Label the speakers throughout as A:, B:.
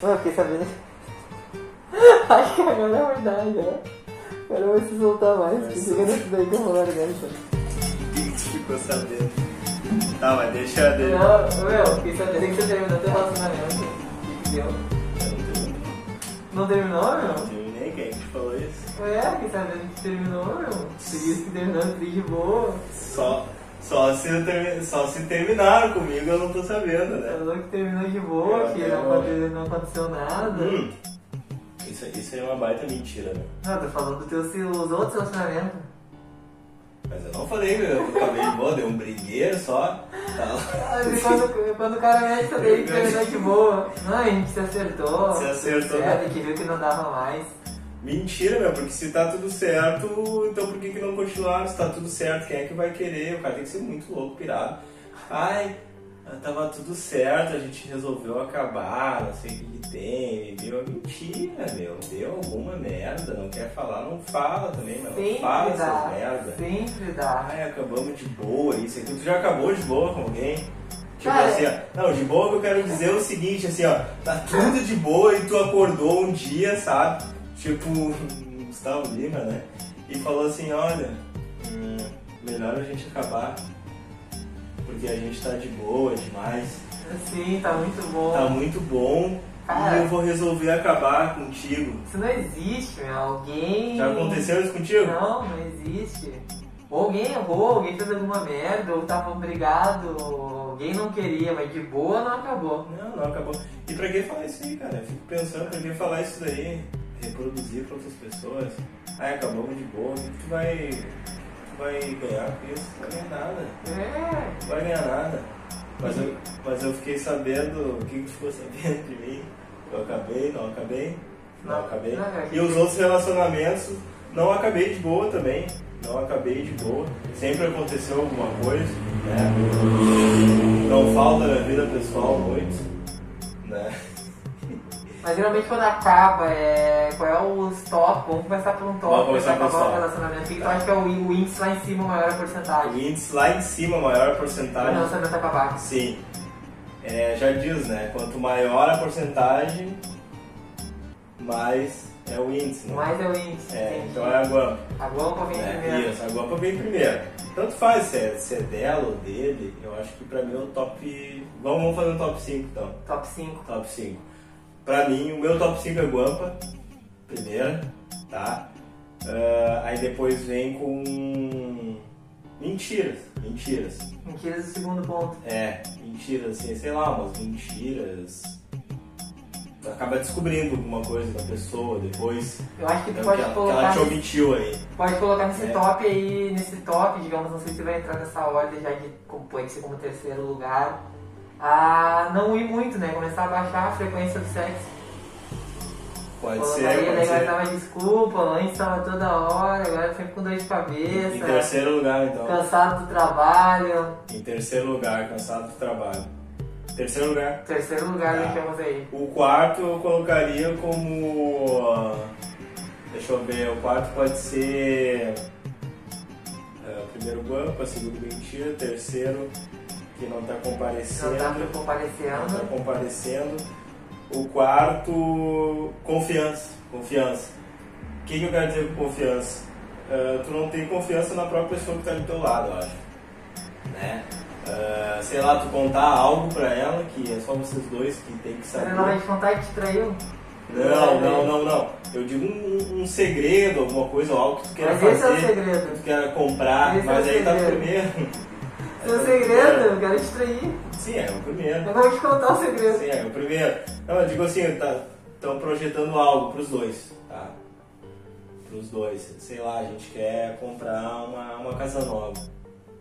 A: Não, eu fiquei sabendo. Ai, cara, não é verdade, né? O cara vai se soltar mais.
B: Vai
A: porque
B: se
A: Fica nisso daí que eu vou largar, então.
B: Ficou sabendo. tipo, Tá, mas deixa dele.
A: Não, meu, fiquei sabendo que você terminou teu relacionamento. O que que deu? Não terminou, meu?
B: Terminei, quem te falou isso?
A: É, fiquei sabendo que terminou, meu. Você disse que terminou triste de boa.
B: Só, só, se eu termi- só se terminaram comigo, eu não tô sabendo, né?
A: Falou que terminou de boa, que não, aconte- não aconteceu nada.
B: Hum. Isso, isso aí é uma baita mentira, né?
A: Não, tô falando dos teus os outros relacionamentos.
B: Mas eu não falei, eu acabei de boa, dei um brigueiro só. Tá.
A: Aí, Quando, quando o cara mexe daí, que terminou de boa. Não, a gente se acertou.
B: Se acertou,
A: É,
B: né?
A: a gente viu que não dava mais.
B: Mentira, meu, porque se tá tudo certo, então por que, que não continuar? Se tá tudo certo, quem é que vai querer? O cara tem que ser muito louco, pirado. Ai, tava tudo certo, a gente resolveu acabar, não sei o que, que tem, deu mentira, meu, deu alguma merda, não quer falar, não fala também, mas não fala
A: Sempre
B: essas
A: dá.
B: merda.
A: Sempre dá.
B: Ai, acabamos de boa, isso aqui. Tu já acabou de boa com alguém? Tipo
A: Cara,
B: assim, ó. Não, de boa que eu quero dizer é o seguinte, assim, ó. Tá tudo de boa e tu acordou um dia, sabe? Tipo o Gustavo Lima, né? E falou assim, olha, hum, melhor a gente acabar. Porque a gente tá de boa demais.
A: Sim, tá muito bom.
B: Tá muito bom.
A: Cara.
B: E eu vou resolver acabar contigo.
A: Isso não existe, meu. Alguém.
B: Já aconteceu isso contigo?
A: Não, não existe. Ou alguém errou, alguém fez alguma merda, ou tava obrigado, ou alguém não queria, mas de boa não acabou.
B: Não, não, acabou. E pra que falar isso aí, cara? Eu fico pensando, pra que falar isso daí? Reproduzir pra outras pessoas? Ai, acabamos de boa, o que que tu vai, tu vai ganhar com isso? Não vai ganhar nada,
A: É.
B: não vai ganhar nada. Mas eu, mas eu fiquei sabendo, o que que tu ficou sabendo de mim? Eu acabei, não acabei, não
A: Não,
B: acabei.
A: não, é que-
B: E os outros relacionamentos, não acabei de boa também, não acabei de boa. Sempre aconteceu alguma coisa, né? Não falta na vida pessoal muito, né?
A: Mas geralmente quando acaba, é. Qual é os top? Vamos começar por um
B: Vamos
A: top
B: começar
A: pra acabar o
B: pelo top.
A: relacionamento. O que que tu acha que é o win- o índice lá em cima, a maior
B: O
A: porcentagem?
B: índice lá em cima, a maior
A: O
B: porcentagem.
A: relacionamento acabar.
B: Sim. É, já diz, né? Quanto maior a porcentagem, mais é o índice, né?
A: Mais é o índice.
B: É,
A: entendi.
B: então é a guampa.
A: A Globo vem
B: É,
A: primeiro.
B: isso, a guampa vem primeiro. Tanto faz se é, se é dela ou dele, eu acho que pra mim é o top. Vamos, vamos fazer um top 5 então.
A: Top 5.
B: Top 5. Pra mim, o meu top 5 é Guampa, primeira, tá? Ah, aí depois vem com. Mentiras, mentiras.
A: Mentiras do segundo ponto.
B: É, mentiras, assim, sei lá, umas mentiras. Tu acaba descobrindo alguma coisa da pessoa depois.
A: Eu acho que tu
B: Então, que,
A: pode
B: ela, que ela
A: colocar.
B: te omitiu aí.
A: Pode colocar nesse
B: É.
A: top aí, nesse top, digamos, não sei se vai entrar nessa ordem já que compõe-se como terceiro lugar. A não ir muito, né? Começar a baixar a frequência do sexo.
B: Pode
A: Colocar
B: ser,
A: aí,
B: pode
A: daí agora
B: ser.
A: tava desculpa, antes tava toda hora, agora sempre com dor de
B: Em
A: cabeça,
B: terceiro lugar, então.
A: cansado do trabalho.
B: Em terceiro lugar, cansado do trabalho. Terceiro lugar.
A: Terceiro lugar
B: Ah.
A: deixamos aí.
B: O quarto eu colocaria como. ah, Deixa eu ver, o quarto pode ser. ah, primeiro Guampa, segundo Mentira, terceiro que não tá
A: Não
B: comparecendo.
A: tá me
B: tá
A: comparecendo.
B: comparecendo. O quarto, confiança. Confiança. O que, que eu quero dizer com confiança? Ah, tu não tem confiança na própria pessoa que tá do teu lado, eu acho. Né? Ah, sei lá, tu contar algo pra ela que é só vocês dois que tem que
A: Mas ela vai
B: saber.
A: te contar que te traiu?
B: Tá Não,
A: é.
B: não, não, não. Eu digo um, um segredo, alguma coisa, ou algo que tu queira
A: Mas esse é o
B: fazer,
A: segredo.
B: que tu queira comprar,
A: Esse é
B: mas
A: o
B: aí tá no
A: segredo.
B: primeiro. É.
A: Seu é segredo, eu quero te trair.
B: Sim, é o primeiro.
A: Eu vou te contar o segredo.
B: Sim, é, o primeiro. Não, eu digo assim, estão projetando algo pros dois, tá? Pros dois. Sei lá, a gente quer comprar uma, uma casa nova.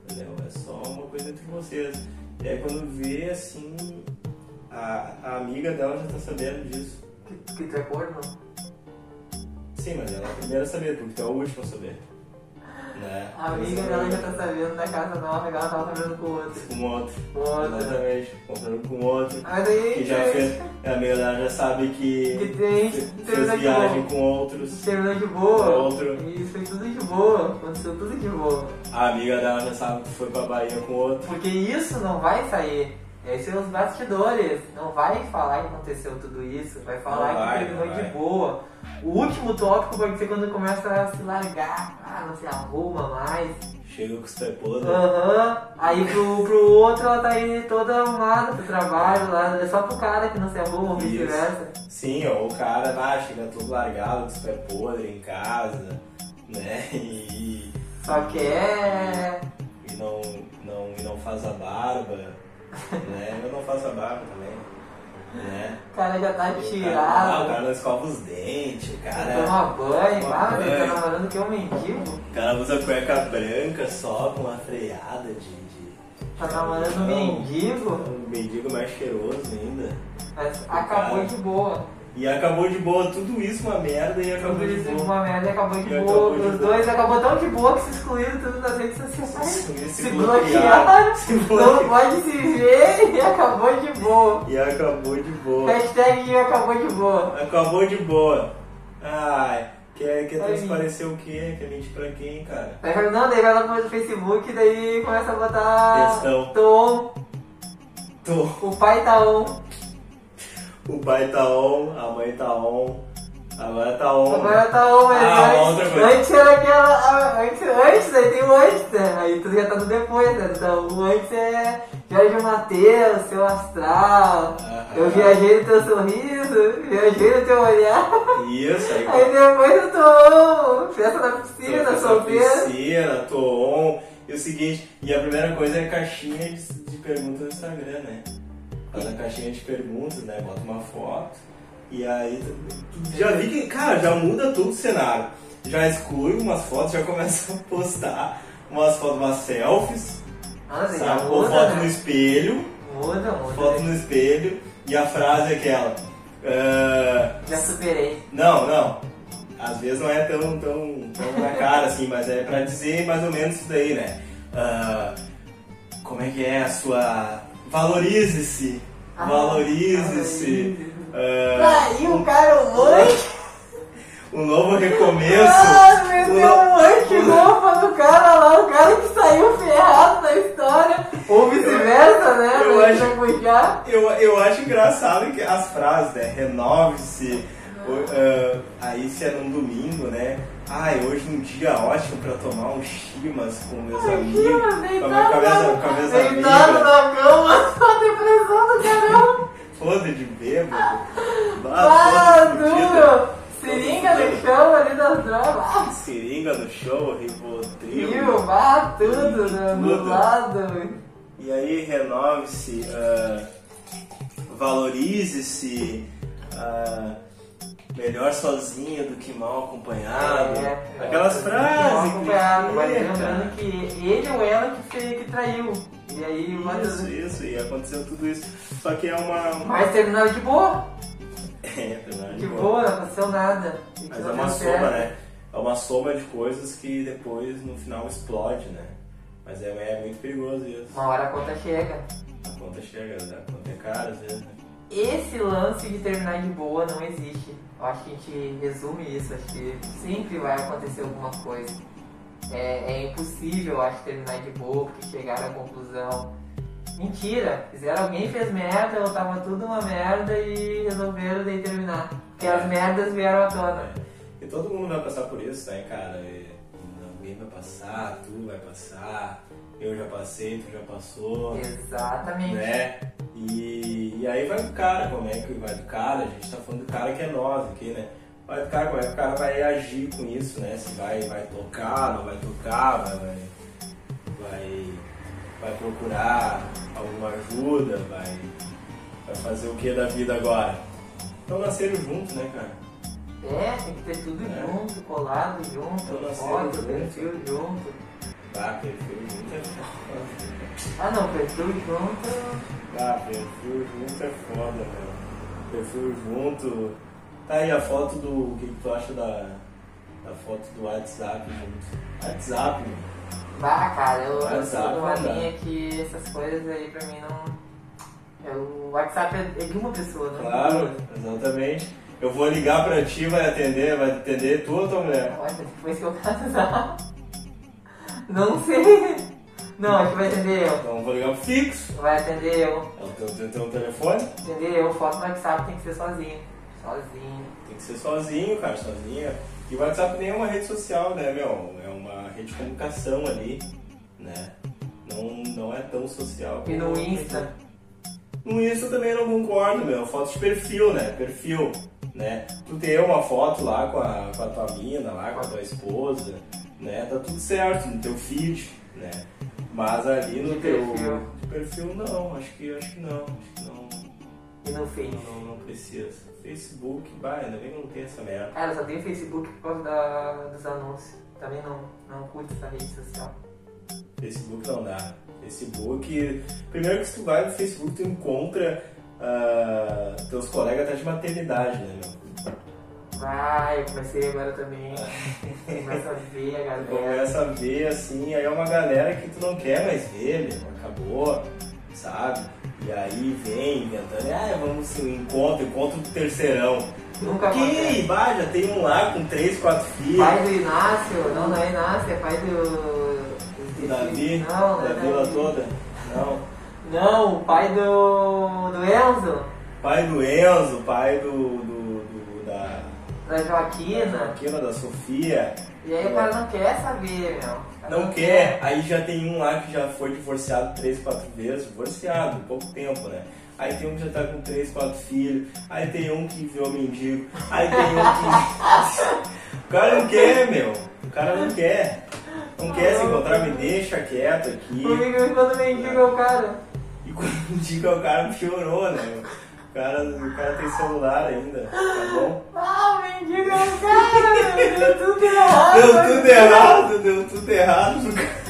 B: Entendeu? É só uma coisa entre vocês. E aí quando vê, assim, a, a amiga dela já tá sabendo disso.
A: Que, que tu é corno?
B: Sim, mas ela é a primeira a saber, porque tu é o último a saber. Né?
A: A amiga dela já tá sabendo da casa nova, ela tava trabalhando com o outro.
B: Com outro.
A: Com o outro.
B: Exatamente. Comprando com outro.
A: Mas aí.
B: né? Que já fez. A amiga dela já sabe que.
A: Que tem-
B: fe-
A: tem
B: Fez
A: daqui
B: viagem
A: bom.
B: com outros.
A: Terminou de boa.
B: Outro.
A: Isso foi tudo de boa. Aconteceu tudo de boa.
B: A amiga dela já sabe que foi pra Bahia com outro.
A: Porque isso não vai sair. Esses são os bastidores. Não vai falar que aconteceu tudo isso. Vai falar
B: Não vai,
A: que terminou
B: não
A: de
B: vai.
A: boa. O último tópico vai ser quando começa a se largar. Ah, não se arruma mais.
B: Chega com os pepodos.
A: Ah. Aham. Aí pro, pro outro ela tá aí toda arrumada pro trabalho lá. É só pro cara que não se arruma ou
B: Isso.
A: vice-versa.
B: Sim, ó, o cara tá, chega todo largado, com os pés podres em casa, né? E,
A: Só que é.
B: e não, não, e não faz a barba, né? Eu não faço a barba também, né?
A: O cara já tá
B: Ah, o
A: tirado. Tá
B: cara não escova os dentes, o cara,
A: Toma banho,
B: Toma
A: ah, mas ele tá
B: banho.
A: namorando que é um mendigo.
B: o cara usa cueca branca só com uma freada de... de
A: Tá namorando um
B: Não.
A: mendigo,
B: um mendigo mais cheiroso ainda.
A: mas acabou
B: Cara.
A: de boa.
B: E acabou de boa, tudo isso uma merda e acabou
A: Tudo
B: de
A: isso de
B: boa.
A: uma merda e acabou de
B: E
A: boa.
B: acabou de
A: Os
B: boa.
A: dois acabou tão de boa que se excluíram tudo nas redes sociais. Se bloquearam,
B: bloquearam, se
A: não
B: bloquearam.
A: pode se ver e acabou de boa.
B: E acabou de boa.
A: Hashtag acabou de boa.
B: Acabou de boa. Ai, quer, quer
A: Ai.
B: transparecer o quê? Quer mentir pra quem, cara?
A: Aí fala, não, daí vai lá no Facebook, daí começa a botar.
B: Textão.
A: Tô on,
B: Tô.
A: o pai tá on.
B: O pai tá on, a mãe tá on, agora tá on.
A: Agora tá on, mas
B: Ah, uma outra
A: antes,
B: coisa.
A: antes era aquela. ah, Antes, antes, aí tem o antes, né? Aí tu já tá no depois, né? Então o antes é Jorge Matheus, seu astral.
B: Ah.
A: Eu viajei no teu sorriso, viajei no teu olhar.
B: ah, Isso, aí.
A: Aí depois eu tô on, festa na piscina,
B: Tô com essa
A: solteiro.
B: piscina, tô on. E o seguinte, e a primeira coisa é a caixinha de, de perguntas no Instagram, né? Faz a caixinha de perguntas, né? Bota uma foto. E aí, tu- tu- já vi que, cara, já muda todo o cenário. Já exclui umas fotos, já começa a postar umas fotos, umas selfies.
A: Nossa, já
B: Sabe? Ou
A: Ah, muda,
B: foto no
A: né?
B: espelho,
A: Muda, muda.
B: foto
A: né?
B: no espelho, e a frase é aquela. ah,
A: Já superei.
B: não, não. Às vezes não é tão, tão, tão na cara assim, mas é pra dizer mais ou menos isso daí, né? Ah, como é que é a sua. Valorize-se!
A: Ah,
B: Valorize-se! Ah,
A: Traiu o cara é o monte.
B: um novo recomeço!
A: Ah, meu
B: O
A: Deus,
B: no-
A: o monte roupa do cara lá, o cara que saiu ferrado da história. Ou vice-versa, né?
B: Eu
A: Mas
B: acho-
A: já puxar.
B: Eu, eu acho engraçado que as frases, né? Renove-se. o- ah, aí se é num domingo, né? Ai, hoje é um dia ótimo pra tomar um chimas com meus amigos. Com a minha- com a minha- com a minhas
A: Deitado
B: amigas.
A: na cama, só depressão do caramba.
B: Foda de bêbado.
A: Ah,
B: todo fudido.
A: duro. Seringa no chão ali das drogas. Ah,
B: Seringa no show, Rivotril.
A: Fio, vá tudo né, do
B: Tudo.
A: lado.
B: E aí, renove-se, ah, valorize-se, ah, melhor sozinho do que mal acompanhado.
A: É,
B: Aquelas
A: é,
B: frases.
A: mal acompanhado, mas
B: clichê,
A: lembrando que ele ou ela que, fe- que traiu. E aí, o
B: cara.
A: Matheus-
B: Isso, isso, e aconteceu tudo isso. Só que é uma. uma...
A: Mas terminaram de boa.
B: É, apesar de
A: De
B: boa.
A: boa, não aconteceu nada. E que
B: Mas é
A: não
B: uma
A: deu
B: soma,
A: certo.
B: né? É uma soma de coisas que depois no final explode, né? Mas é, é muito perigoso isso.
A: Uma hora a conta chega.
B: A conta chega, né? a conta é cara às vezes, né?
A: Esse lance de terminar de boa não existe. Eu acho que a gente resume isso. Acho que sempre vai acontecer alguma coisa. É, é impossível, eu acho, terminar de boa porque chegaram à conclusão. Mentira! Fizeram, alguém fez merda ou tava tudo uma merda e resolveram daí terminar. Porque as merdas vieram à tona.
B: É. E todo mundo vai passar por isso, né, cara? E alguém vai passar, tu vai passar, eu já passei, tu já passou,
A: Exatamente.
B: né? E, e aí vai do cara, como é que vai do cara? A gente tá falando do cara que é nós aqui, né? Vai do cara, como é que o cara vai agir com isso, né? Se vai, vai tocar, não vai tocar, vai, vai, vai, vai procurar alguma ajuda, vai, vai fazer o que da vida agora? Então nasceram juntos, né, cara?
A: É, tem que ter tudo
B: É.
A: junto, colado junto,
B: Tudo
A: foto,
B: junto.
A: perfil junto.
B: Tá, perfil junto é foda.
A: Ah não, perfil junto.
B: Tá, perfil junto é foda, meu. Perfil junto. Tá aí a foto do. O que que tu acha da. Da foto do WhatsApp junto? WhatsApp, meu.
A: Bah, cara, eu, eu sou
B: WhatsApp,
A: numa
B: né?
A: linha que essas coisas aí pra mim não. É, o WhatsApp é é de uma pessoa, não
B: Claro, exatamente. Eu vou ligar pra ti, vai atender, vai atender tu ou tua mulher?
A: Olha, depois que eu casar. Não sei. Não, acho que vai atender eu.
B: Então eu vou ligar pro fixo.
A: Vai atender eu.
B: É o teu, teu, teu telefone.
A: Atender eu. Foto no WhatsApp tem que ser sozinho. Sozinho.
B: Tem que ser sozinho, cara, sozinha. E o WhatsApp nem é uma rede social, né, meu? É uma rede de comunicação ali, né? Não, não é tão social.
A: E no Insta.
B: No Insta também eu não concordo, meu. Foto de perfil, né? Perfil, né? Tu ter uma foto lá com a, com a tua mina, lá com a tua esposa, né? Tá tudo certo no teu feed, né? Mas ali no
A: De
B: teu...
A: perfil.
B: De perfil, não. Acho que, acho que não. Acho que não.
A: E no Face.
B: Não, não precisa. Facebook, vai, ainda bem que não tem essa merda.
A: Cara, eu só tenho Facebook por causa da- dos anúncios. Também não, não curto essa rede social.
B: Facebook não dá. Facebook. Primeiro que se tu vai no Facebook, tu encontra ah, teus colegas até de maternidade, né, meu?
A: Vai, eu comecei agora também. Começa a ver a
B: Tu
A: galera.
B: Começa a ver assim, aí é uma galera que tu não quer mais ver, meu. Acabou, sabe? E aí vem inventando, ah, vamos se encontro, encontro do terceirão.
A: Nunca acontece.
B: Que bah, já tem um lá com três, quatro filhos.
A: Pai do Inácio, não, não é Inácio, é pai do.
B: Davi,
A: não, não é
B: da vila
A: Davi.
B: toda. Não.
A: Não, o pai do. do Enzo,
B: Pai do Enzo, pai do. do, do da.
A: da Joaquina.
B: Joaquina, da Sofia.
A: E aí o cara não quer saber, meu. O cara
B: Não quer, aí já tem um lá que já foi divorciado três, quatro vezes, divorciado, pouco tempo, né? Aí tem um que já tá com três, quatro filhos, aí tem um que virou mendigo, aí tem um que. o cara não quer, meu. O cara não quer. Não quer se encontrar, me deixa quieto aqui.
A: Comigo quando mendigo é o cara.
B: E quando indica o cara chorou, né? O cara, o cara tem celular ainda, tá bom?
A: Ah, o mendigo é o cara, meu. Deu tudo errado.
B: Deu tudo errado, deu tudo errado pro cara.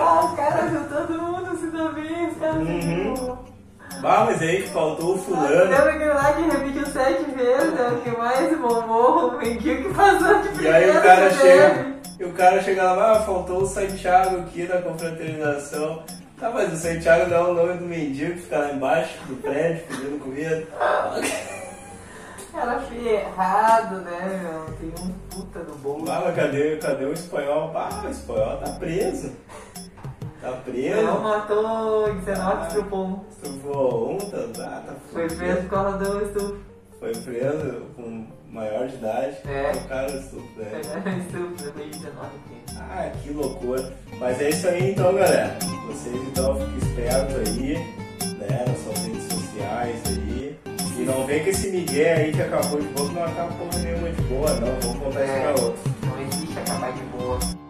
A: Ah, os caras de todo mundo se dão bem, os caras
B: Uhum.
A: se dão.
B: Bah, mas aí que faltou o fulano.
A: Lembra aquele lá que repetiu sete vezes, é o que mais morro, o mendigo que passou de
B: E
A: primeiro.
B: aí o cara
A: que
B: chega,
A: teve.
B: e o cara chega lá, ah, faltou o Santiago aqui da confraternização. Tá, mas o Santiago não é o nome do mendigo que fica lá embaixo do prédio pedindo comida.
A: Cara feia, errado, né, meu? Tem um puta do bolo.
B: Ah, mas cadê, cadê o espanhol? Ah, o espanhol tá preso. Tá
A: Não
B: preso.
A: matou 19 estrupom.
B: Estufou ontem, ah, tá
A: Foi
B: fudido.
A: preso por causa do estupro.
B: Foi preso com maior de idade. "Ah,
A: É.
B: O cara estupro, né?
A: Estupro, eu tenho 19 aqui.
B: Ah, que loucura. Mas é isso aí então, galera. Vocês então fiquem espertos aí, né? Nas suas redes sociais aí. E não vem com esse Miguel aí que tá acabou de boa, que não acabou porra nenhuma de boa, não. Vamos contar isso pra outro.
A: Não existe acabar de boa.